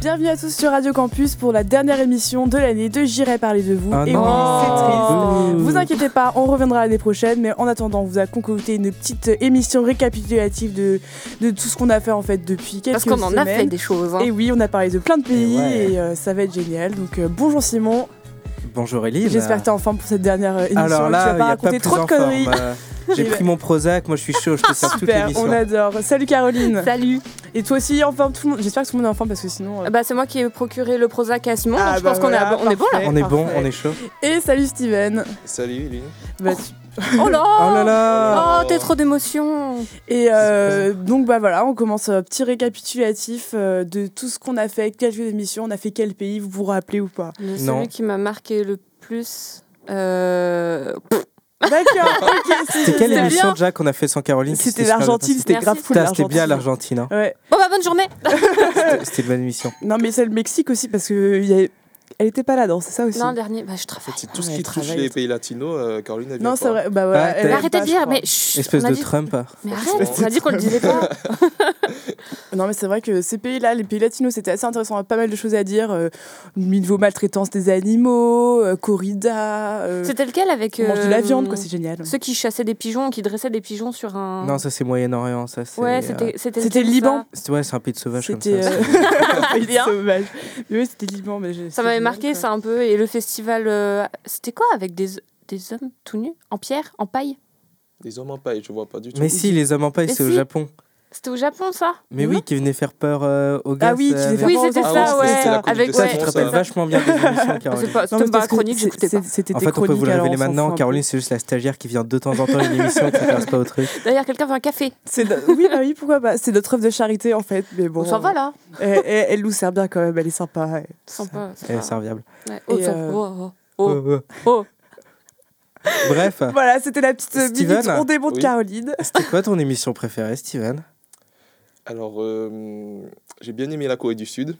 Bienvenue à tous sur Radio Campus pour la dernière émission de l'année de J'irai parler de vous. Ah et non. oui, c'est triste. Ouh. Vous inquiétez pas, on reviendra l'année prochaine, mais en attendant, on vous a concocté une petite émission récapitulative de, de tout ce qu'on a fait en fait depuis quelques Parce qu'on en a fait semaines. des choses. hein. Et oui, on a parlé de plein de pays et, Et ouais. euh, ça va être génial. Donc euh, bonjour Simon, Bonjour Elise. j'espère que t'es en forme pour cette dernière euh, émission. Eh ben. Alors et que tu vas là, il pas a pas raconter plus trop en de conneries. forme. Euh, J'ai Il va- pris mon Prozac, moi je suis chaud, je te sers toute Super, on l'émission. adore. Salut Caroline. Salut. Et toi aussi en forme, tout le monde. J'espère que tout le monde est en forme parce que sinon. euh, Bah, c'est moi qui ai procuré le Prozac à Simon. Ah, donc je bah pense qu'on est, voilà, à- on est bon là. parfait. On est bon, Parfait. Oh, on est chaud. Et salut Steven. Salut Lune. Bah, tu- Oh là Oh là là Oh, t'es trop d'émotion. Et euh, donc bah voilà, on commence un petit récapitulatif euh, de tout ce qu'on a fait, quelques émissions, on a fait quel pays, vous vous rappelez ou pas Le- Non. Celui qui m'a marqué le plus. euh, D'accord, ok, c'est- C'était quelle c'est émission oh, bien. déjà qu'on a fait sans Caroline qui C'était s'était super bien l'Argentine, passée c'était Merci. grave cool Putain, c'était bien l'Argentine. l'Argentine. hein. Ouais. Bon, bah, bonne journée. Ah, C'était c'était une bonne émission. Non mais c'est le Mexique aussi parce que il y avait- elle était pas là dans, c'est ça aussi. Non, le dernier, bah, je travaille. C'est tout ce Ouais, qui touche travail. les pays latinos, euh, Caroline a Non, c'est vrai. Bah voilà, Ouais, elle t'as- Mais aime arrête pas, de je dire, crois. mais chut, Espèce on a de dit- Trump. hein. Mais arrête, on a dit qu'on le disait pas. Non, mais c'est vrai que ces pays-là, les pays latinos, c'était assez intéressant. On a pas mal de choses à dire. Euh, niveau maltraitance des animaux, euh, corrida. euh, C'était lequel avec. on mange de la viande, quoi, euh, c'est génial. Ceux qui chassaient des pigeons, qui dressaient des pigeons sur un. Non, ça c'est Moyen-Orient, ça c'est. ouais, euh, c'était. C'était C'était lequel, le Liban. ça c'est- Ouais, c'est un pays de sauvage comme ça. C'était. aussi. euh, pays Bien. sauvage. Mais oui, c'était Liban. Mais je- Ça c'est m'avait génial, marqué, quoi. ça un peu. Et le festival, euh, c'était quoi avec des, des hommes tout nus, en pierre, en paille Des hommes en paille, je vois pas du tout. Mais si, les hommes en paille, Mais c'est au si. Japon. C'était au Japon, ça Mais Non oui, qui venait faire peur euh, aux gars. Mm-hmm. Ah oui, qui les fait Oui, peur aux c'était enfants, ça, c'était ouais. ça. Avec- Avec, Ça, ouais. tu te c'est rappelles ça. vachement bien des émissions, Ah, Caroline. c'est pas, Non, c'était mais pas parce que chronique, c'est- j'écoutais pas. c'est- C'était En tes fait, on peut vous chroniques, le alors révéler on s'en maintenant. fout un Caroline, c'est juste la stagiaire qui vient de temps en temps à une émission qui s'intéresse pas au truc. D'ailleurs, quelqu'un veut un café. peu. C'est no- Oui, bah oui, pourquoi pas. C'est notre œuvre de charité, en fait. Mais bon. On s'en va là. Elle, elle- elle nous sert bien quand même, elle est sympa. Sympa. Elle Ah. est serviable. Ouais. Oh, Et, ça- euh, oh, oh, Oh, oh, oh. oh. Bref, Voilà, c'était la petite Steven minute. On démonte Oui. Caroline. c'était quoi ton émission préférée, Steven Alors, euh, j'ai bien aimé la Corée du Sud.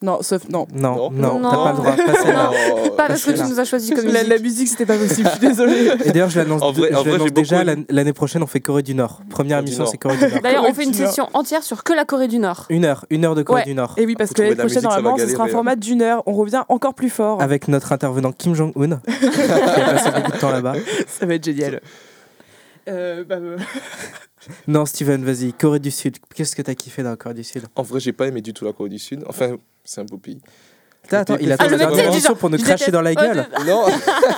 Non, sauf. Non. Non, Non. non, Non. t'as pas le droit. Pas celle-là. Alors, Pas parce que tu Là. nous as choisi comme La, musique. la musique, c'était pas possible, je suis désolée. Et d'ailleurs, je l'annonce En vrai- je en vrai, l'annonce j'ai beaucoup déjà, aimé. l'an- l'année prochaine, on fait Corée du Nord. Première Corée du émission, Nord. c'est Corée du Nord. D'ailleurs, on Corée fait du une Nord. session entière sur que la Corée du Nord. Une heure, une heure de Corée Ouais. du Nord. Et oui, parce que Trouver l'année de la musique, prochaine, ça va normalement, ce sera un hein. galérer, format d'une heure. On revient encore plus fort. Avec notre intervenant Kim Jong-un, qui a passé beaucoup de temps là-bas. Ça va être génial. Euh, bah, euh, Non, Steven, vas-y, Corée du Sud. Qu'est-ce que t'as kiffé dans la Corée du Sud En vrai, j'ai pas aimé du tout la Corée du Sud. Enfin, c'est un beau pays. Attends, attends, il a Ah, fait le une mec, c'est du intervention pour nous Je cracher déteste. dans la Ouais, gueule. Non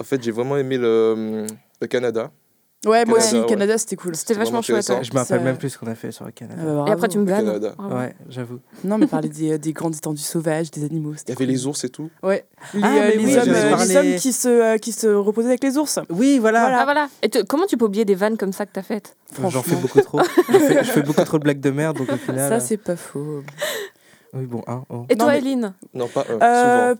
En fait, j'ai vraiment aimé le, euh, le Canada. Ouais, moi Canada, aussi, ouais. Canada, c'était cool. c'est- C'était vraiment vachement chouette. intéressant. ouais. Je me rappelle Oh, Ça- même plus ce qu'on a fait sur le Canada. Ah bah, bravo. Et après, tu me Canada. vannes. Ah, Ouais, j'avoue. Non, mais parler des, des grandes étendues sauvages, des animaux. Il y avait les ours et tout. Ouais. Les, Ah, euh, mais les oui, hommes, j'avais euh, les parlé. hommes qui, se, euh, qui se reposaient avec les ours. Oui, voilà. Ah, voilà. Et te- comment tu peux oublier des vannes comme ça que t'as faites J'en fais Franchement. beaucoup trop. Je fais, je fais beaucoup trop de blagues de merde, donc au final. Ça, euh, c'est pas faux. Oui, bon, hein, oh. Et Non, toi, mais- Eline Non, pas un, Euh,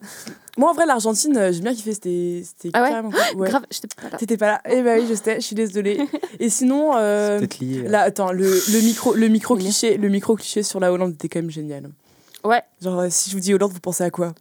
moi, en vrai, l'Argentine, euh, j'ai bien kiffé. C'était c'était Ah ouais carrément cool. Ouais. Grave, j'étais pas là. T'étais pas là. Eh bah oui, je sais, je suis désolée. Et sinon, euh, Peut-être lié. là, attends, le, le micro, le micro Oui. cliché, le micro cliché sur la Hollande était quand même génial. Ouais. Genre, euh, si je vous dis Hollande, vous pensez à quoi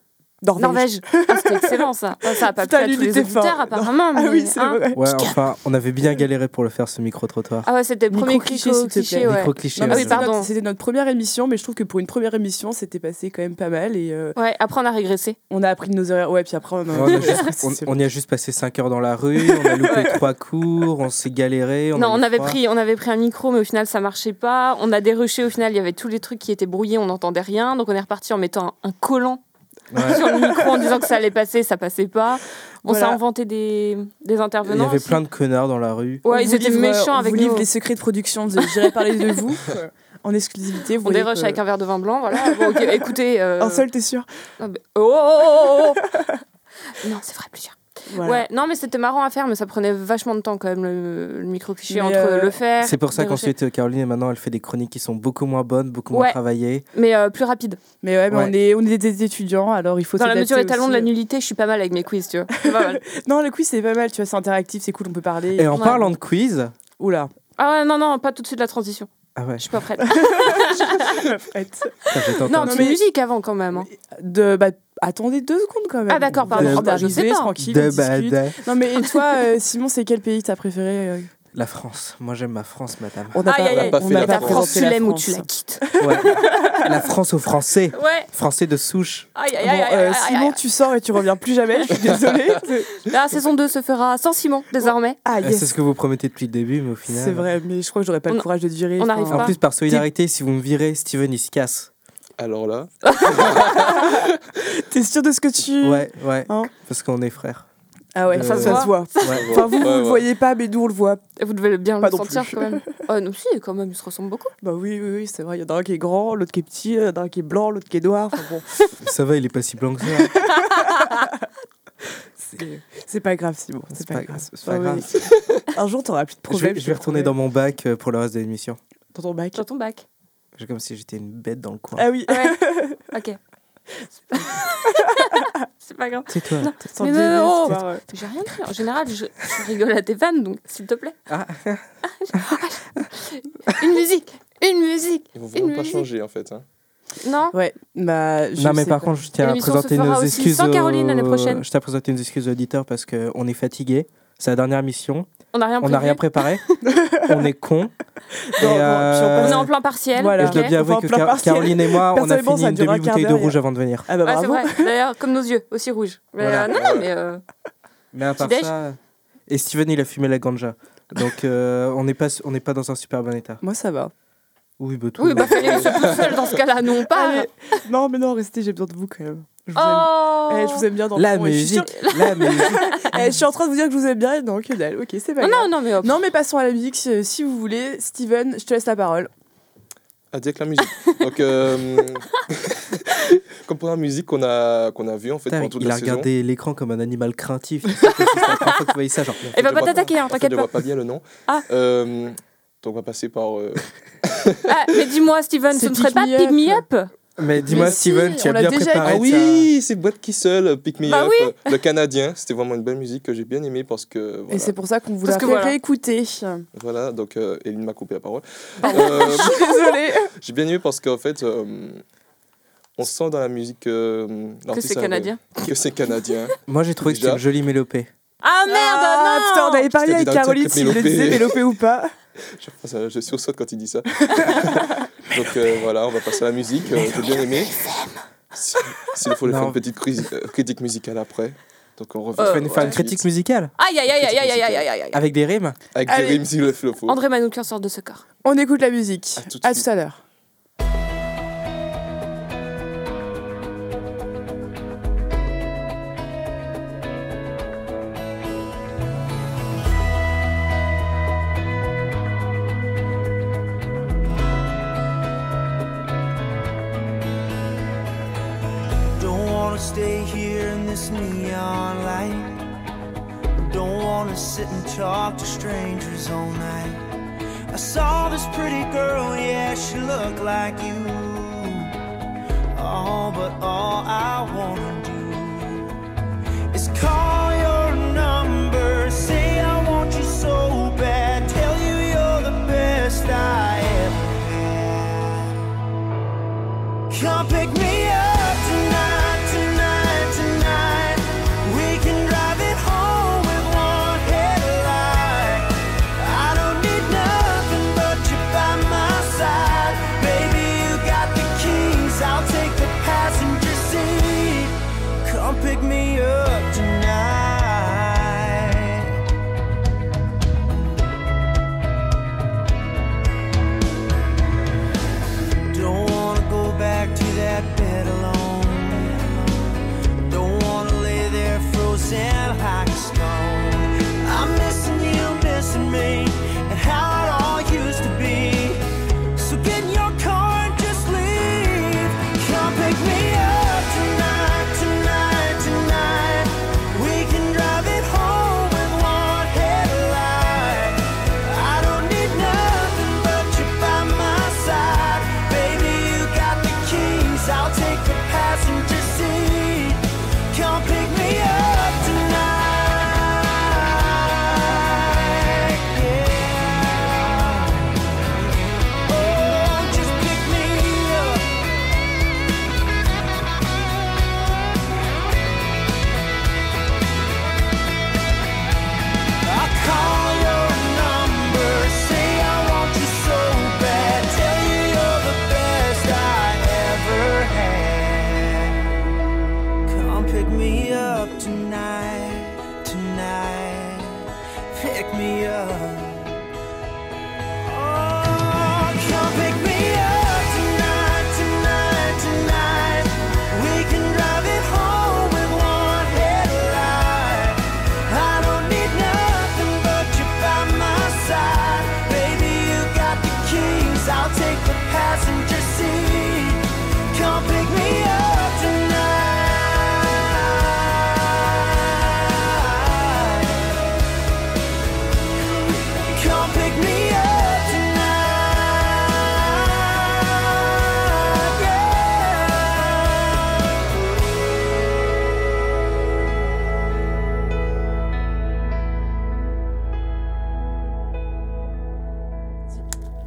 Norvège. Norvège. Ah, c'était excellent ça. Ah, Ça a pas plu Putain, à lui, tous il les était fort. auditeurs apparemment. Ah mais, oui, c'est hein. vrai. euh. Ouais, enfin, on avait bien galéré pour le faire ce micro-trottoir. Ah ouais, c'était le premier Micro-cliché, cliché, s'il te cliché plaît. ouais. Micro-cliché. Non, mais Ah oui, c'était notre- pardon. C'était notre première émission, mais je trouve que pour une première émission, c'était passé quand même pas mal et euh, Ouais, après on a régressé. on a appris de nos erreurs. Ouais, puis après, on a. Ouais, on, a juste- C'est- on- on y a juste passé 5 heures dans la rue, on a loupé trois cours, on s'est galéré. On non, a eu on avait, froid. pris, on avait pris un micro, mais au final ça marchait pas. On a dérushé, au final il y avait tous les trucs qui étaient brouillés, on n'entendait rien. Donc on est reparti en mettant un, un collant Ouais. sur le micro en disant que ça allait passer, ça passait pas. On Voilà. s'est inventé des, des Il y intervenants. avait aussi. plein de connards dans la rue. On Ouais, ils vous étaient livre, méchants euh, on avec vous nous. livre les secrets de production de J'irai parler de vous en exclusivité. Vous On voyez déroche euh. que- avec un verre de vin blanc, voilà. Bon, ok, écoutez. euh, Un seul, t'es sûr ah, bah- Oh, oh, oh, oh, oh. Non, c'est vrai, plusieurs. Voilà. Ouais, non, mais c'était marrant à faire, mais ça prenait vachement de temps quand même le, le micro-cliché Mais, entre euh, le faire. C'est pour ça dérocher. qu'ensuite, euh, Caroline, maintenant, elle fait des chroniques qui sont beaucoup moins bonnes, beaucoup Ouais. moins travaillées. Mais euh, plus rapide. Mais ouais, mais Ouais. On, est, on est des étudiants, alors il faut Dans la s'adapter mesure des talons de aussi. la nullité, je suis pas mal avec mes quiz, tu vois. C'est pas mal. Non, le quiz, c'est pas mal, tu vois, c'est interactif, c'est cool, on peut parler. Et en Ouais. parlant de quiz. Oula, Ah ouais, non, non, pas tout de suite la transition. Ah ouais, Je suis pas prête. la frette. putain, j'étais en train non, de- petite mais- musique avant quand même. hein. De, bah, attendez deux secondes quand même. Ah, d'accord, pardon. Avant Ah, bah, je sais d'arriver, pas. tranquille, on Da ba discute. da. Non mais et toi, euh, Simon, c'est quel pays que t'as préféré euh, La France. Moi, j'aime ma France, madame. On n'a Aïe, aïe, aïe. pas fait on la n'a Et ta pas France. France, présenté tu la l'aimes ou France. tu la quittes Ouais. la France aux Français. Ouais. Français de souche. Aïe, Bon, aïe, aïe, aïe, euh, aïe, aïe, Simon, tu sors et tu reviens plus jamais. Je suis désolée. aïe. La saison 2 se fera sans Simon, désormais. Ah Euh, C'est ce yes, que vous promettez depuis le début, mais au final. euh, c'est vrai, mais je crois que j'aurais pas On- le courage de te virer. on enfin, n'arrive pas. En plus, par solidarité, si vous me virez, Steven, il se casse. Alors là, T'es sûr de ce que tu Ouais, ouais. Hein Parce qu'on est frères. Ah ouais, Euh, ça, se voit. Ouais. Enfin, vous, vous Ouais, le ouais. voyez pas, mais nous, on le voit. Et Vous devez bien Pas le non sentir plus. quand même. Ah non, si, quand même, ils se ressemblent beaucoup. Bah oui, oui, oui, c'est vrai. Il y en a un qui est grand, l'autre qui est petit, il y en a un qui est blanc, l'autre qui est noir. Enfin bon, Ça va, il est pas si blanc que ça. c'est- c'est pas grave, Simon. C'est pas, grave. c'est pas Ah oui. grave. Un jour, t'auras plus de Je problème. vais, je vais retourner dans mon bac euh, pour le reste de l'émission. dans ton bac. Dans ton bac. J'ai comme si j'étais une bête dans le coin. Ah oui, Ouais. ok. C'est pas grave. C'est toi. t'es- sans Mais dire, non, c'est oh. pas vrai. J'ai rien dit. En général, je, je rigole à tes vannes, donc s'il te plaît. Ah. Une musique Une musique ils vont Une vraiment pas musique. changer en fait. hein. Non Ouais, bah, je non, mais sais par pas. contre, je tiens à L'émission présenter se fera nos aussi excuses. sans Caroline l'année aux- prochaine. Je tiens à présenter nos excuses aux auditeurs parce qu'on est fatigué. C'est la dernière mission. On n'a rien on prévu. n'a rien préparé. on est euh, con. Non, non, puis on On passe- est en plein partiel. Voilà. Et je dois ok. bien avouer Enfin, que plein Car- partiel. Caroline et moi, on a Personnellement, fini ça a une duré un quart demi-bouteille de d'heure, rouge avant de venir. Ah bah Ouais, c'est bravo. vrai. D'ailleurs, comme nos yeux, aussi rouges. Mais, Voilà. euh, non, non, mais euh, Mais à part Petit-déj. ça. Et Steven, il a fumé la ganja. Donc euh, on n'est pas, on n'est pas dans un super bon état. Moi, ça va. Oui, bah, tout oui, le bah monde. fallait se tout seul dans ce cas-là, nous on parle. Allez. Non, mais non, restez, j'ai besoin de vous quand même. Je vous aime. Oh Eh, je vous aime bien dans le La fond, et je suis musique, la musique. sûre- eh, je suis en train de vous dire que je vous aime bien. et Non, que dalle. Ok, c'est pas Non, grave. non, non, mais hop. Non, mais passons à la musique si, si vous voulez. Steven, je te laisse la parole. Ah, direct la musique. Donc, euh, comme pour la musique qu'on a, qu'on a vue en fait Putain, pendant toute il la a saison. regardé l'écran comme un animal craintif. C'est la première fois que tu voyais ça, genre. En fait, Elle va je pas vois- t'attaquer, hein, en fait, t'inquiète Je pas. vois pas bien le nom. Ah. Euh, donc on va passer par. euh, Ah, mais dis-moi, Steven, C'est ce ne serait pas Pick Pick Me Me Up Mais dis-moi, Mais si, Steven, tu on as l'a bien déjà préparé. Ah Arrête, oui, c'est Boîte qui seul, Pick Me Bah Up, oui. euh, le Canadien. C'était vraiment une belle musique que j'ai bien aimée parce que. Voilà, Et c'est pour ça qu'on vous Parce l'a que fait voilà. réécouter. voilà donc euh, Eline m'a coupé la parole. Ah. Euh, Désolée. oh j'ai bien aimé parce qu'en fait, euh, on sent dans la musique. euh, que l'artiste c'est anglais canadien. Que c'est canadien. Moi, j'ai trouvé que c'était Déjà. une jolie mélopée. Ah merde, Ah, non Putain, on avait parlé Je t'ai avec dit Caroline d'arrêter si de le développer. disait développé ou pas. Je, pense à- je suis au saut quand il dit ça. Donc euh, voilà, on va passer à la musique. euh, J'ai bien aimé. Si- S'il faut, lui faire Non. une petite cri- euh, critique musicale après. Donc on revient. Euh, tu vas nous faire une critique musicale Aïe, aïe, aïe, aïe, aïe, aïe, aïe, aïe, aïe. Avec des rimes Avec Allez. des rimes, s'il le faut. Ah André Manoukian sort de ce corps. On écoute la musique. À tout de À suite. tout à l'heure. Don't wanna stay here in this neon light. Don't wanna sit and talk to strangers all night. I saw this pretty girl, yeah, she looked like you. All but all I wanna do is call your number, say I want you so bad, tell you you're the best I ever had. Come pick me up tonight, tonight, tonight. We can drive it home with one headlight. I don't need nothing but you by my side. Baby, you got the keys, I'll take the passenger seat. Come pick me up tonight. Oh,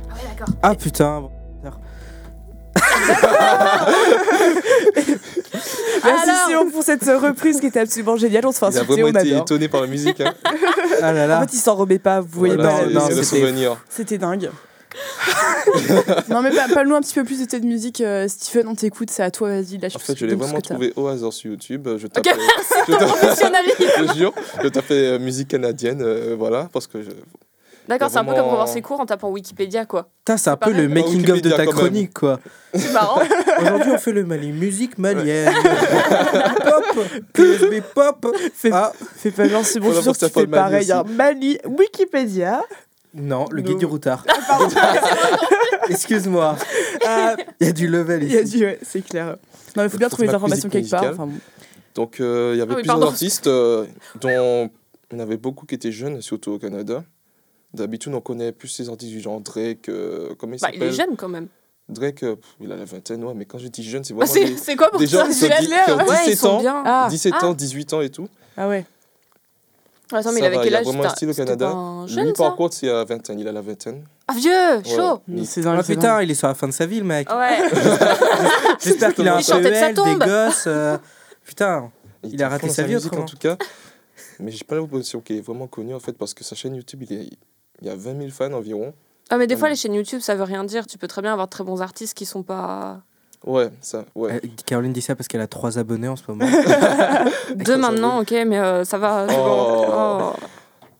Oh, D'accord. Ah putain. bon. Merci Alors- Sion pour cette reprise qui était absolument géniale. On se fait Il a insulter, vraiment on été adore. étonné par la musique. Hein. Ah là En là. fait, il s'en remet pas, vous voyez Voilà, bah, pas. c'est- euh, non, c'est le c'était- souvenir. C'était dingue. non, mais pas, nous un petit peu plus de cette musique. euh, Stephen, on t'écoute, c'est à toi, vas-y, lâche En fait, je l'ai donne tout ce vraiment que t'as. trouvé au hasard sur YouTube. Je Ok, tapais, je, tapais- Professionnalisme. je jure, je tapais euh, musique canadienne, euh, voilà, parce que je... D'accord, c'est un peu comme Vraiment- revoir ses cours en tapant Wikipédia, quoi. Putain, c'est un peu le pareil. making of de Wikipédia, ta quand même. chronique quoi. C'est marrant. Bah, Aujourd'hui, on fait le Mali musique malienne. pop, PSB pop. Fais, Ah fais pas genre, c'est bon, je suis Voilà sûre pour que tu ta fais folle Mali pareil. aussi. hein. Mali, Wikipédia. non, le Non. guide du routard. Ah, Excuse-moi. Ah, Il y a du level il y a ici. du, ouais, c'est clair. Non, il faut bien Faut trouver ma des informations musique quelque part. musicale. enfin, bon. Donc, euh, il y avait Ah oui, plusieurs pardon. artistes euh, dont on avait beaucoup qui étaient jeunes, surtout au Canada. D'habitude, on connaît plus ces artistes du genre Drake, euh, comment il Bah, il s'appelle est jeune quand même. Drake, euh, pff, il a la vingtaine, ouais, mais quand je dis jeune, c'est Bah, vraiment c'est des, c'est quoi pour des ça gens qui ont, jeune dix- qui ont Ouais, ils 17 sont ans, bien. Ah, 17 Ah. ans, 18 ans et tout. ah ouais. Attends, mais il ça avait va, quel il y a âge vraiment un style au C'était Canada. pas un Lui, jeune, par ça contre, c'est à vingtaine, il a la vingtaine. Ah, vieux, Ouais. chaud Mais- C'est dingue. Ah c'est putain, il est sur la fin de sa vie, le mec. Ouais. J'espère qu'il a un Oh. Il chantait de sa PEL, des tombe. gosses. euh, Putain. Il était a raté fou dans sa vie, musique, en autrement. tout cas. Mais j'ai pas l'impression qu'il est vraiment connu en fait parce que sa chaîne YouTube, il, est, il y a 20 000 fans environ. Ah, mais des Ah, fois, mais- les chaînes YouTube, ça veut rien dire. Tu peux très bien avoir de très bons artistes qui sont pas. Ouais, ça, ouais. Euh, Caroline dit ça parce qu'elle a trois abonnés en ce moment. Deux ça, maintenant, ok, mais euh, ça va. c'est Oh. bon. Oh.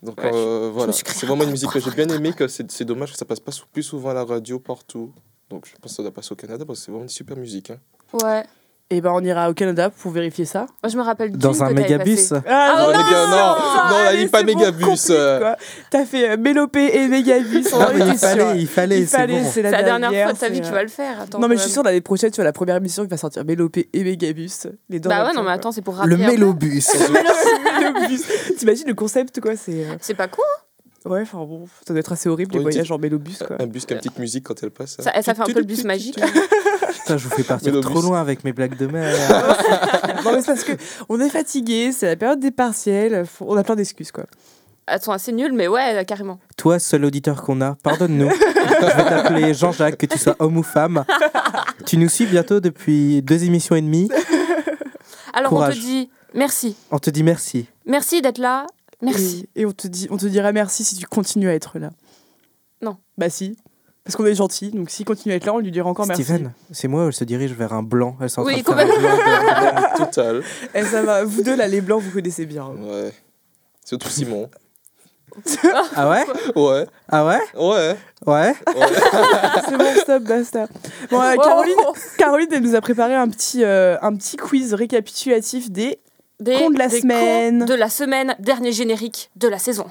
Donc Ouais, je- euh, voilà, suis créé c'est un vraiment une compte musique que j'ai bien aimée, que c'est c'est dommage que ça passe pas sou- plus souvent à la radio partout. Donc je pense que ça doit passer au Canada parce que c'est vraiment une super musique. hein. Ouais. Et ben, on ira au Canada pour vérifier ça. Moi, je me rappelle d'une Dans un que t'avais mégabus. passée. Ah, Oh les non, gars, non, non, elle allez, dit pas c'est bon, Mégabus. complique, euh, quoi. T'as fait euh, Mélopée et Mégabus. Oh, on Non, mais était il fallait, sûr. il fallait, Il c'est fallait, bon. c'est C'est la, la dernière fois de ta c'est, vie que tu euh, vas le faire. Attends, Non, mais je quand suis même. sûre, l'année prochaine, tu vois, la première émission qui va sortir Mélopée et Mégabus. Les deux en Bah même ouais, temps, non, mais quoi. attends, c'est pour hein. Le rappeler. un peu. mélobus. Mélobus. T'imagines le concept, quoi C'est. euh, C'est pas con. Ouais, enfin bon, ça doit être assez horrible les Oui, voyages en mélobus, quoi. Un bus qui a une petite musique quand elle passe. hein. Ça, ça fait un peu le bus magique. Putain, je vous fais partir Mélobus. trop loin avec mes blagues de merde. non, mais c'est parce que on est fatigué, c'est la période des partiels, faut- on a plein d'excuses, quoi. Elles sont assez nulles, mais ouais, carrément. Toi, seul auditeur qu'on a, pardonne-nous. je vais t'appeler Jean-Jacques, que tu sois homme ou femme. Tu nous suis bientôt depuis deux émissions et demie. Alors, on Courage. te dit merci. On te dit merci. Merci d'être là. Merci. Et, et on, te dit, on te dira merci si tu continues à être là. Non. Bah si. Parce qu'on est gentil, donc s'il continue à être là, on lui dira encore Steven, c'est moi où elle se dirige vers un blanc. Elle s'en Oui, Total. merci. Eh, ça va, vous deux là, les blancs, vous connaissez bien. Ouais. Surtout Simon. Ah ouais Ouais, Ah ouais ouais. Ouais Ah, C'est bon, stop, basta. Bon, euh, Oh, Caroline, oh, oh. Caroline, elle nous a préparé un petit, euh, un petit quiz récapitulatif des. Des, Con de la des semaine. cons de la semaine, dernier générique de la saison.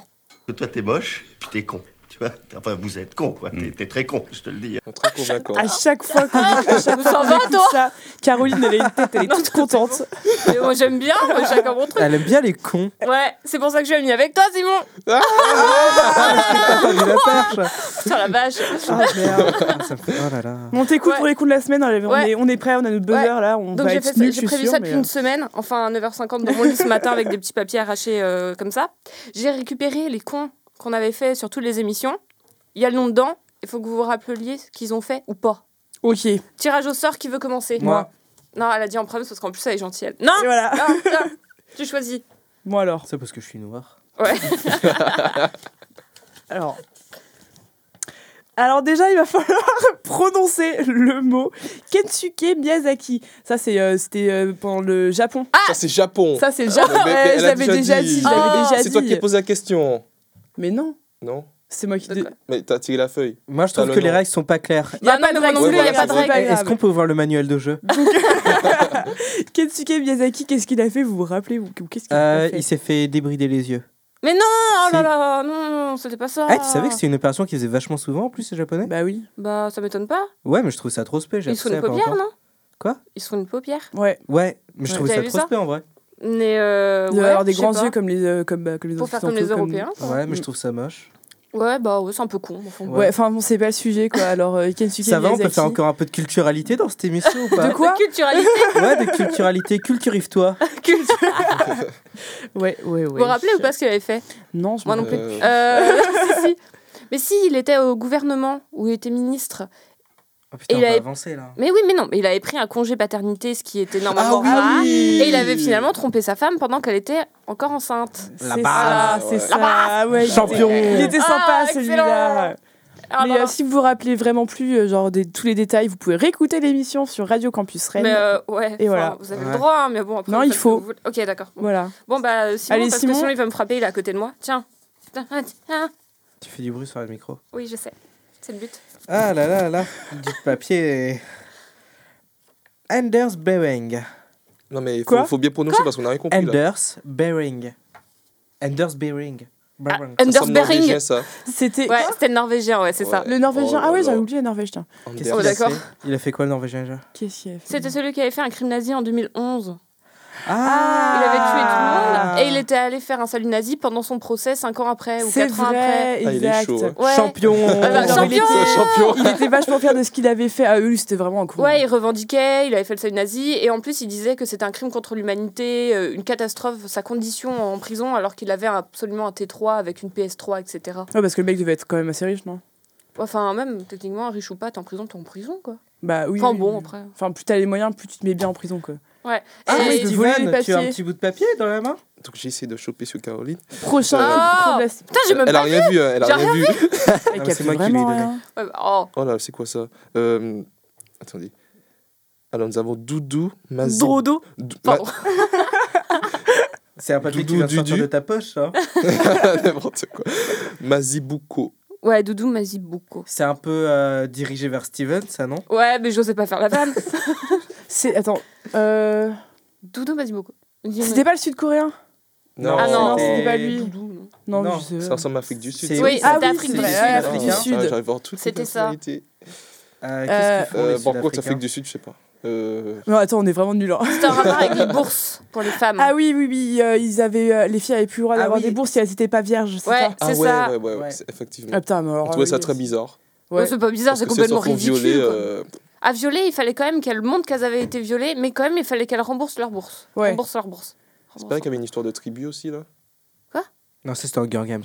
que toi t'es moche, puis t'es con. Tu vois Enfin, vous êtes con, quoi. T'es- T'es très con, je te le dis. Très convaincant. À chaque fois qu'on à chaque fois Ça qu'on va, écoute toi ça, Caroline, elle est une tête, elle est Non, toute toi, c'est contente. Mais moi, j'aime bien, moi, chacun mon truc. Elle aime bien les cons. Ouais, c'est pour ça que je suis amie avec toi, Simon. T'as tendu la perche. Putain, la vache. Ah, merde. Ah, ça me fait- Oh là là. Bon, t'écoutes Ouais. pour les coups de la semaine, on est, Ouais. on est prêt, on a notre buzzer là, on Donc va j'ai être fait ça- nuls, je suis j'ai prévu sûre, ça mais, euh. depuis une semaine, enfin à 9h50 dans mon lit ce matin avec des petits papiers arrachés euh, comme ça. J'ai récupéré les cons qu'on avait fait sur toutes les émissions. Il y a le nom dedans, il faut que vous vous rappeliez ce qu'ils ont fait ou pas. euh, Ok, et Tirage au sort, qui veut commencer Moi, Non, elle a dit en premier parce qu'en plus elle est gentille. elle. Non voilà. Non, non, tu choisis. Bon alors, c'est parce que je suis noir. alors. Alors déjà, il va falloir prononcer le mot Kensuke Miyazaki. Ça, c'est, euh, c'était euh, pendant le Japon. Ah, Ça, c'est Japon. Ah, Ça, c'est le Ah, Japon. mais- mais elle je a l'avais déjà dit, je l'avais Ah, déjà C'est toi qui dit. as posé la question. Mais non, Non c'est moi qui... De dé- quoi Mais t'as tiré la feuille. Moi, je trouve Ah, le que les nom. règles sont pas claires. Il y a Bah pas de règle non, moi non non plus, plus, il y a c'est pas de règle. grave. Est-ce qu'on peut voir le manuel de jeu Kensuke Miyazaki, qu'est-ce qu'il a fait Vous vous rappelez vous, Qu'est-ce qu'il Euh, a fait Il s'est fait débrider les yeux. Mais non, oh là Si. là, non, c'était pas ça. Ah, tu savais que c'était une opération qu'ils faisaient vachement souvent en plus, les japonais Bah oui. Bah ça m'étonne pas. Ouais, mais je trouve ça trop spé. j'ai Ils appris sont ça une il y a pas paupière, longtemps. non Quoi Ils sont une paupière. Ouais. Ouais, mais je Ouais. trouvais T'avais ça vu trop ça spé en vrai. Mais euh, Il doit ouais, avoir des je sais grands pas. yeux comme les, euh, comme, euh, comme les Pour faire comme Occidentaux, les Européens. quoi. Ouais, mais je trouve ça moche. Ouais, bah ouais, c'est un peu con. au fond. Ouais. Ouais, enfin bon, c'est pas le sujet quoi. Alors, euh, Kensuke Ça va, on peut Miyazaki- faire encore un peu de culturalité dans cette émission ou pas De quoi Culturalité. Ouais, de culturalité, culturive-toi. culture- Ouais, ouais, ouais. Vous vous rappelez ou pas ce qu'il avait fait Non, je Moi me non rappelle plus. Euh, Euh, si, si. Mais si, il était au gouvernement, où il était ministre. Oh putain, Et on il va avait- avancer là. Mais oui, mais non, mais il avait pris un congé paternité, ce qui était Ah normalement rare. Et il avait finalement trompé sa femme pendant qu'elle était encore enceinte. La C'est ça, base. c'est Ouais. ça. Ah Ouais, il était- Champion. Il était Ah, sympa excellent. celui-là. Ah, Mais non, euh, si vous vous rappelez vraiment plus euh, genre des, tous les détails, vous pouvez réécouter l'émission sur Radio Campus Rennes. mais euh, ouais, Et enfin, voilà. vous avez Ouais. le droit, hein, mais bon, après. Non, vous il faites ce faut. que vous voulez. Ok, d'accord. Bon. Voilà. Bon, bah, Simon, Allez, parce Simon. que sinon, il va me frapper, il est à côté de moi. Tiens. Tiens, tiens. Tu fais du bruit sur le micro. Oui, je sais. C'est le but. Ah là là là, du papier. Anders Bering. Non, mais il faut, Quoi faut bien prononcer parce qu'on n'a rien compris. là. Anders Bering. Anders Bering. Bering. Ah, Ça ressemble Undersbering. norvégien, ça. C'était Ouais, c'était le norvégien, ouais, c'est ça. le Norvégien. Oh ah ouais, là j'avais là. oublié le Norvège. tiens. Qu'est-ce Oh, qu'il a d'accord. fait Il a fait quoi le Norvégien déjà Qu'est-ce qu'il a fait C'était celui qui avait fait un crime nazi en 2011. Ah Il avait tué tout le monde et il était allé faire un salut nazi pendant son procès 5 ans après ou C'est 4 ans après. vrai, Ah, il est exact. chaud, hein. Ouais. Champion. Ah bah, Non, mais champion il était- Champion. Il était vachement fier de ce qu'il avait fait à eux, c'était vraiment un coup. Ouais, il revendiquait, il avait fait le salut nazi, et en plus il disait que c'était un crime contre l'humanité, euh, une catastrophe, sa condition en prison, alors qu'il avait absolument un T3 avec une PS3, etc. Ouais, parce que le mec devait être quand même assez riche, non Enfin, même techniquement, riche ou pas, t'es en prison, t'es en prison, quoi. Bah oui. Enfin oui, bon, oui. après. Enfin, plus t'as les moyens, plus tu te mets bien en prison, quoi. Ah Et oui, il Et- te Divan, volait les tu as un papiers. petit bout de papier dans la main Donc j'ai essayé de choper sur Caroline. Prochain. Ah pro- pro- Putain, j'ai même Elle a pas... rien vu, hein, elle J'ai a rien vu. Elle Non, Ah, mais capte c'est moi qui lui ai vraiment, donné. hein. Ouais, bah, Oh, Oh là, c'est quoi ça Euh, Attendez. Alors nous avons Doudou, Mazé. Dodo Dou- Pardon. C'est un papier Doudou, qui vient de sortir Dudu. de ta poche, hein. ça. Ma- N'importe quoi. Mazibuko. Ouais, Doudou m'a dit beaucoup. C'est un peu euh, dirigé vers Steven, ça, non Ouais, mais j'osais pas faire la vanne. C'est. Attends. euh, Doudou m'a dit beaucoup. C'était pas le sud-coréen Non, Ah non, c'était c'était- pas lui. Doudou, non. Non, Non. je sais. Ça ressemble à Afrique du Sud. C'est- ça. Oui, Ah c'était oui, Afrique c'est du vrai, Sud. ouais, Afrique du Afrique Sud. du Ah, Sud. J'arrive à voir toutes les C'était ça. nationalités. Euh, Euh, Qu'est-ce qu'ils font, Euh, les Par contre, Afrique Sud-Africains du Sud, je sais pas. Euh, Non, attends, on est vraiment nuls. hein. C'était en rapport avec les bourses pour les femmes. Ah oui, oui, oui, euh, ils avaient, euh, les filles avaient plus le droit Ah d'avoir oui. des bourses si elles n'étaient pas vierges, c'est Ouais, ça Ah c'est ouais, ça. ouais, ouais, Ouais. ouais, c'est- effectivement. Ah putain, mais Oh alors. On trouvait oui, ça très c'est- bizarre. Ouais. Ouais, C'est pas bizarre, Parce c'est que si elles se complètement font ridicule. violer, quoi. euh, À violer, il fallait quand même qu'elles montrent qu'elles avaient été violées, mais quand même, il fallait qu'elles remboursent leur bourse. Ouais. Remboursent leur bourse. C'est pas qu'il y avait une histoire de tribu aussi, là Non, ça, c'était Hunger Games.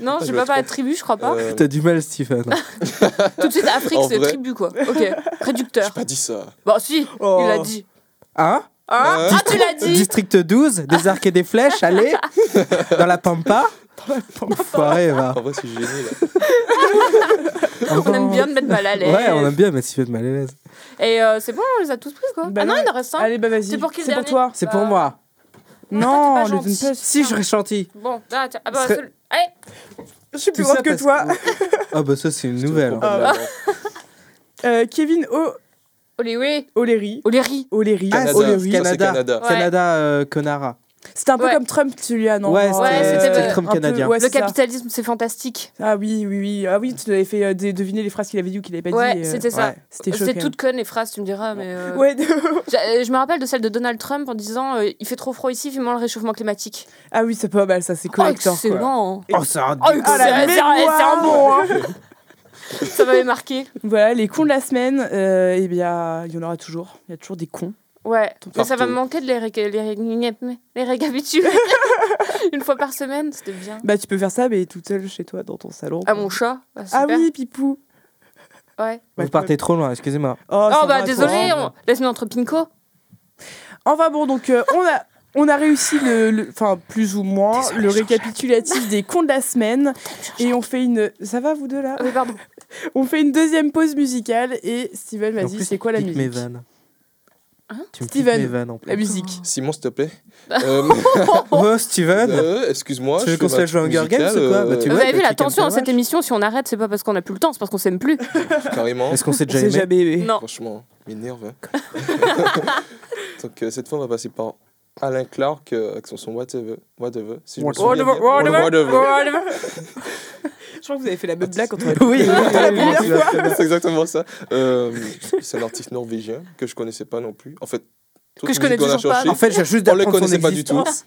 Non, Ah, j'ai je pas me pas la trompe. tribu, je crois pas. Euh, T'as du mal, Steven. Tout de suite, Afrique, en c'est vrai. tribu, quoi. Ok, J'ai réducteur. pas dit ça. Bon, si, Oh. il l'a dit. Hein Hein Euh, ah, tu l'as dit District 12, des arcs et des flèches, allez Dans la pampa Enfoiré, va. En vrai, c'est génial. là. On aime bien te mettre mal à l'aise. Ouais, on aime bien, mais Steven mal à l'aise. Et euh, c'est bon, on les a tous prises, quoi. Bah ah non, non. il en reste un. Allez, bah vas-y. C'est pour qui le dernier toi. C'est Bah, pour moi. Non, pas le gentil. Dunpest. Si, j'aurais chanté. Bon, là, tiens. Ah bah, Ce- celui- Allez, Je suis plus Tout ça grande que parce toi. Ah bah ça, c'est une nouvelle. Ah, bah. Euh, Kevin O. olé, olé. O'Leary. Olé, ri. O'Leary. Ah, Canada, O'Leary. ça, c'est Canada. Ouais. Canada, euh, Conara. C'était un peu Ouais. comme Trump, celui-là, non euh, Ouais, Ouais, c'était c'était c'était le- Trump un peu- canadien. ouais, Le c'est ça. capitalisme, c'est fantastique. Ah oui, oui, oui. Ah oui, tu l'avais fait euh, dé- deviner les phrases qu'il avait dit ou qu'il avait pas Ouais, dit. euh, c'était ça. ouais. C'était chaud. C'était quand toute conne les phrases, tu me diras, mais. euh, même. Ouais, de- J'a- euh, Je me rappelle de celle de Donald Trump en disant euh, il fait trop froid ici, vivement le réchauffement climatique. ah oui, c'est pas mal, ça, c'est correct. oh, excellent Oh, c'est un Oh, excellent, Ah, la c'est- c'est mémoire. un bon hein. Ça m'avait marqué. Voilà, les cons de la semaine, euh, eh bien, il y en aura toujours. Il y a toujours des cons. Ouais, mais ça partout. va me manquer de les, réca- les, ré- les récapituler. Une fois par semaine, c'était bien. Bah, tu peux faire ça, mais toute seule chez toi, dans ton salon. Ah, mon chat bah, super. Ah oui, Pipou. Ouais. Vous partez trop loin, excusez-moi. Oh, Oh, ça bah va, désolé, toi. on... laisse-nous entre Pinko. Enfin bon, donc euh, on a. On a réussi le, le- enfin plus ou moins, le récapitulatif des cons de la semaine et on fait une, ça va vous deux là Ah oui, pardon. On fait une deuxième pause musicale et Steven m'a En dit plus, c'est quoi la tu piques mes musique vannes. Hein Tu me piques Steven. mes vannes en La plus. musique. Simon, s'il te plaît. Euh, Oh, Steven euh, Excuse-moi. Tu veux je qu'on fais se ma joue à Hunger musicale, euh, Games ou quoi Bah, tu Vous Ouais, avez bah, vu la tu calmes tension ton dans cette vache. émission, si on arrête, c'est pas parce qu'on n'a plus le temps, c'est parce qu'on s'aime plus. Carrément. Est-ce qu'on s'est déjà C'est aimé jamais aimé. Non. Franchement, m'énerve. hein. Donc euh, cette fois, on va passer par Alain Clark euh, avec son son Whatever. Whatever. Si je me souviens Whatever, bien. whatever, Whatever. Je crois que vous avez fait la même blague quand on a Ah, Oui, oui, oui, tu vas faire C'est exactement ça. Euh, c'est un artiste norvégien que je connaissais pas non plus. En fait, toute Que je connais musique qu'on a toujours pas, cherchée, En fait, j'ai juste On le d'apprendre son connaissait pas du tout. existence.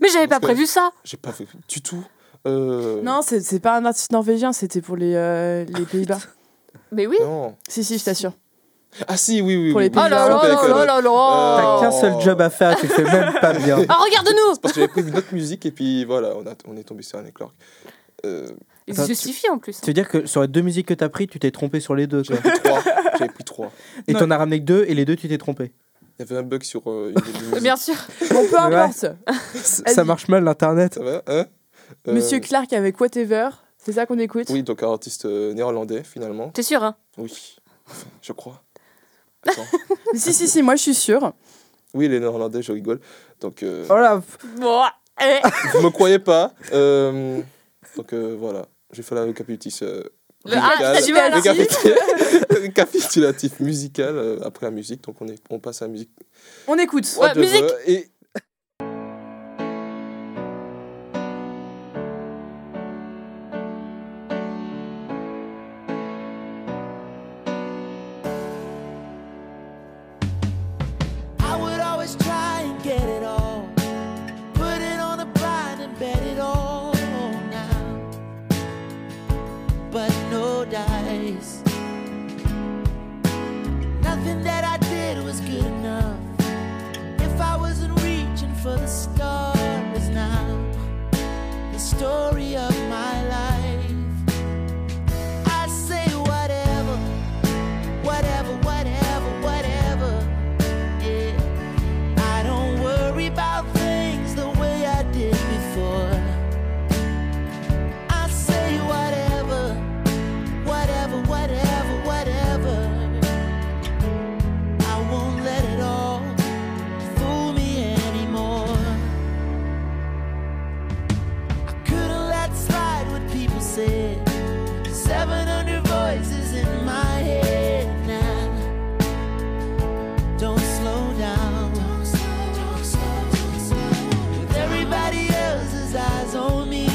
Mais j'avais pas Parce que- prévu ça. j'ai pas vu du tout. Euh, Non, c'est c'est pas Ah, un artiste norvégien, c'était pour les, euh, les Pays-Bas. Mais oui. non. Si, si, je t'assure. Ah si, oui, oui. Pour oui, les oui, pizzas. Oh là je me là rappelle là avec, là euh, là T'as Oh. là qu'un seul job à faire, tu le fais même pas bien. Ah, regarde-nous Parce que j'avais pris une autre musique et puis voilà, on, a- on est tombé sur Anne Clark. Euh, Il Attends, se justifie en plus. Ça veut dire que sur les deux musiques que t'as pris, tu t'es trompé sur les deux. quoi. j'avais pris trois. J'avais pris trois. Et Non. t'en as ramené que deux, et les deux, tu t'es trompé. Il y avait un bug sur euh, une des deux musiques. Bien sûr. Bon, peu Ouais. Euh. importe. Ça marche mal l'internet. Ça va hein Euh, Monsieur Clark avec Whatever, c'est ça qu'on écoute Oui, donc un artiste euh, néerlandais finalement. T'es sûr, hein Oui, je crois. Attends. Si, si, si, moi je suis sûre. Oui, il est néerlandais, je rigole. Donc, euh, Oh là, Bon, eh. vous me croyez pas. euh, donc euh, voilà, j'ai fait la récapitulatif euh, Le- ah, musical. t'as du mal, hein. Récapitu- récapitulatif musical euh, après la musique. Donc on, est, on passe à la musique. On écoute. Ouais, What the musique. fuck, Et I would always try and get it all. Put it on a blind and bet it all now. But no dice. Nothing that I did was good enough. If I wasn't reaching for the stars now, the story of my life. I say whatever, whatever, whatever, whatever. I don't worry about things the way I did before. I say whatever, whatever, whatever, whatever. I won't let it all fool me anymore. I couldn't let slide what people said. 700 voices in my head now. Don't slow down. With everybody else's eyes on me,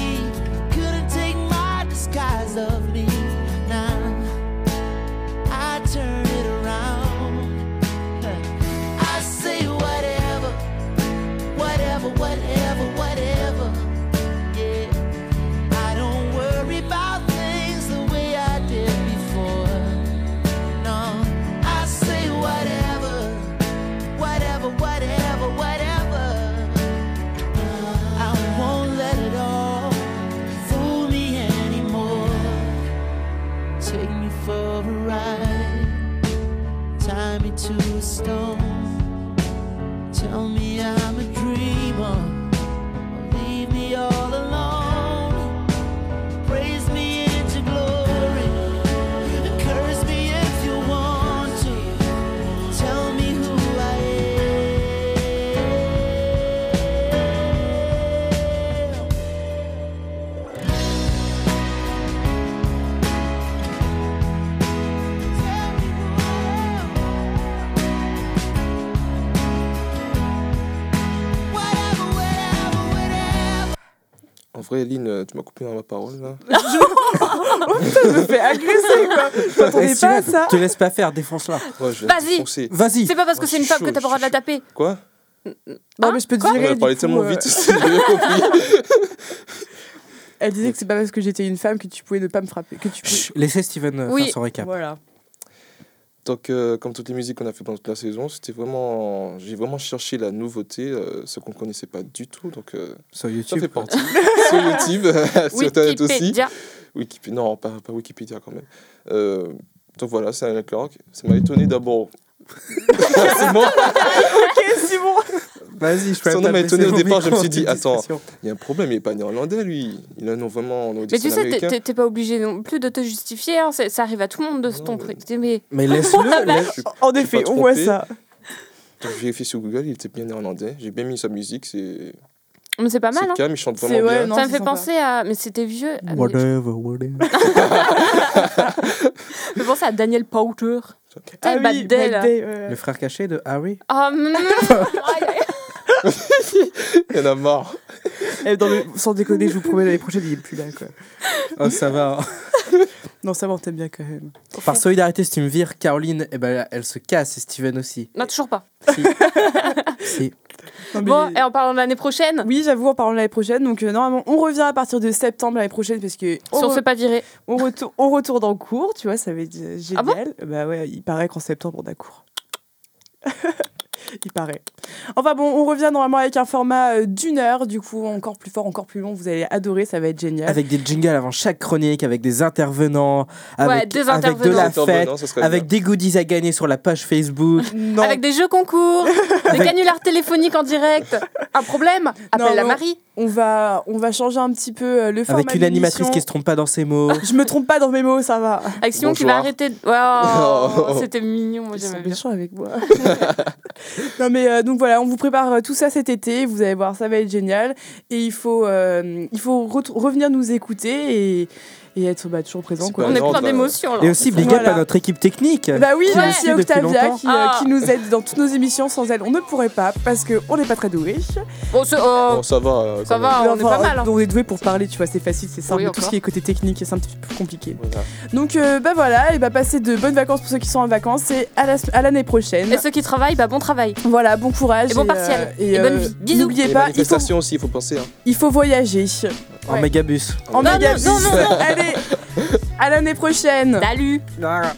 couldn't take my disguise of me. Now I turn it around. I say whatever, whatever, whatever, whatever. Yeah, I don't worry about things the way I did before. No, I say whatever, whatever, whatever, whatever. I won't let it all fool me anymore. Take me for a ride, tie me to a stone. Tell me I'm a dreamer, or leave me all alone. Praise me into glory. Curse me if you want to. Tell me who I am. Tell me who I am. Whatever, whatever, whatever. en vrai, Lynn, euh, tu m'as coupé dans ma parole là. Je me fais agresser, quoi. Je m'attendais Est-ce pas à que ça. Te laisse pas faire, défonce-la. Ouais, je vais Vas-y. foncer. Vas-y. C'est pas parce Moi, que c'est je une suis femme chaud, que t'as je pas le droit suis de la taper. Quoi Hein Non, Bah, mais je peux te On dire. euh, a parlé tellement vite, j'ai euh. rien compris. Elle disait que c'est pas parce que j'étais une femme que tu pouvais ne pas me frapper. Que tu pouvais... Chut, laissez Steven euh, Oui. faire son récap. Voilà. Donc, euh, comme toutes les musiques qu'on a fait pendant toute la saison, c'était vraiment, j'ai vraiment cherché la nouveauté, euh, ce qu'on connaissait pas du tout. Donc, euh, Sur ça YouTube. fait partie. sur YouTube, euh, sur Internet aussi. Wikipédia. Wikipé- non, pas, pas Wikipédia quand même. Euh, donc voilà, c'est Anna Clark. Ça m'a étonné d'abord. C'est bon. Ok, c'est bon. Vas-y, je peux Son pas nom m'a baisser étonné au mon départ, je me micro, suis dit, petite attends. discrétion. Il y a un problème, il n'est pas néerlandais lui. Il a un nom vraiment. On Mais tu sais, t'es- t'es- t'es pas obligé non plus de te justifier. hein. C'est- Ça arrive à tout le monde de se Non, tromper. mais- Mais Mais laisse-le. laisse- En effet, pas on voit trompé. ça. Ah, J'ai vérifié sur Google, il était bien néerlandais. J'ai bien mis sa musique, c'est mais c'est pas c'est mal. hein. calme, il chante C'est- vraiment ouais, bien. non. ça me c'est fait sympa. penser à. Mais c'était vieux. Ah, mais- Whatever, whatever. Ça me fait penser à Daniel Powter. Ah Bad oui, Day, là. Bad Day, ouais. Le frère caché de Harry. Ah, mm, aïe, aïe. Il y en a marre. Eh, dans le- Sans déconner, je vous promets, l'année prochaine, il est plus là, quoi. Oh, ça va. Non, ça va, on t'aime bien quand même. Par solidarité, si tu me vires, Caroline, eh ben, elle se casse et Steven aussi. Non, toujours pas. Si. si. Non, mais- Bon, et en parlant de l'année prochaine, Oui, j'avoue, en parlant de l'année prochaine. Donc, euh, normalement, on revient à partir de septembre l'année prochaine parce que si on on, se fait pas virer. on, retour- on retourne en cours, tu vois, ça va être euh, génial. Ah bon bah ouais, il paraît qu'en septembre, on a cours. il paraît. Enfin bon, on revient normalement avec un format euh, d'une heure, du coup, encore plus fort, encore plus long. Vous allez adorer, ça va être génial. Avec des jingles avant chaque chronique, avec des intervenants, avec, des avec de intervenants. la Septembre, fête, non, ça serait avec bien. des goodies à gagner sur la page Facebook. Non, Avec des jeux concours, des canulars téléphoniques en direct. Un problème Appelle Non, la non. Marie. on, va, on va changer un petit peu euh, le format. Avec de une animatrice l'émission. qui se trompe pas dans ses mots. Je me trompe pas dans mes mots, ça va. Avec Simon qui va Bonjour. arrêter. de- Wow, Oh. C'était mignon, moi Ils sont j'aimais bien. méchants avec moi. non mais euh, donc voilà, on vous prépare euh, tout ça cet été. Vous allez voir, ça va être génial. Et il faut, euh, il faut re- revenir nous écouter et, et être bah, toujours présent. C'est Quoi. pas On est non, plein bah- d'émotions là. Et aussi big Voilà. up à notre équipe technique. Bah oui, Qui est merci ici à depuis Octavia longtemps. qui, euh, Ah. qui nous aide dans toutes nos émissions. Sans elle, on ne pourrait pas parce qu'on n'est pas très doué. Bon, ce- oh, Bon, ça va. euh, ça quand même. va, on est pas mal. hein. On est doué pour parler, tu vois, c'est facile, c'est simple. Oui, tout ce encore. qui est côté technique, c'est un petit peu plus compliqué. Voilà. Donc euh, bah voilà, et bah passez de bonnes vacances pour ceux qui sont en vacances et à la- à l'année prochaine. Et ceux qui travaillent, bah bon travail. Voilà, bon courage. euh, Et bon partiel. Et bonne vie. Bisous. Et N'oubliez les pas, il faut, manifestations aussi, il faut penser. hein. il faut voyager. En Ouais. mégabus. En Non, non, mégabus. non, non, non. Allez, à l'année prochaine. Salut Ah.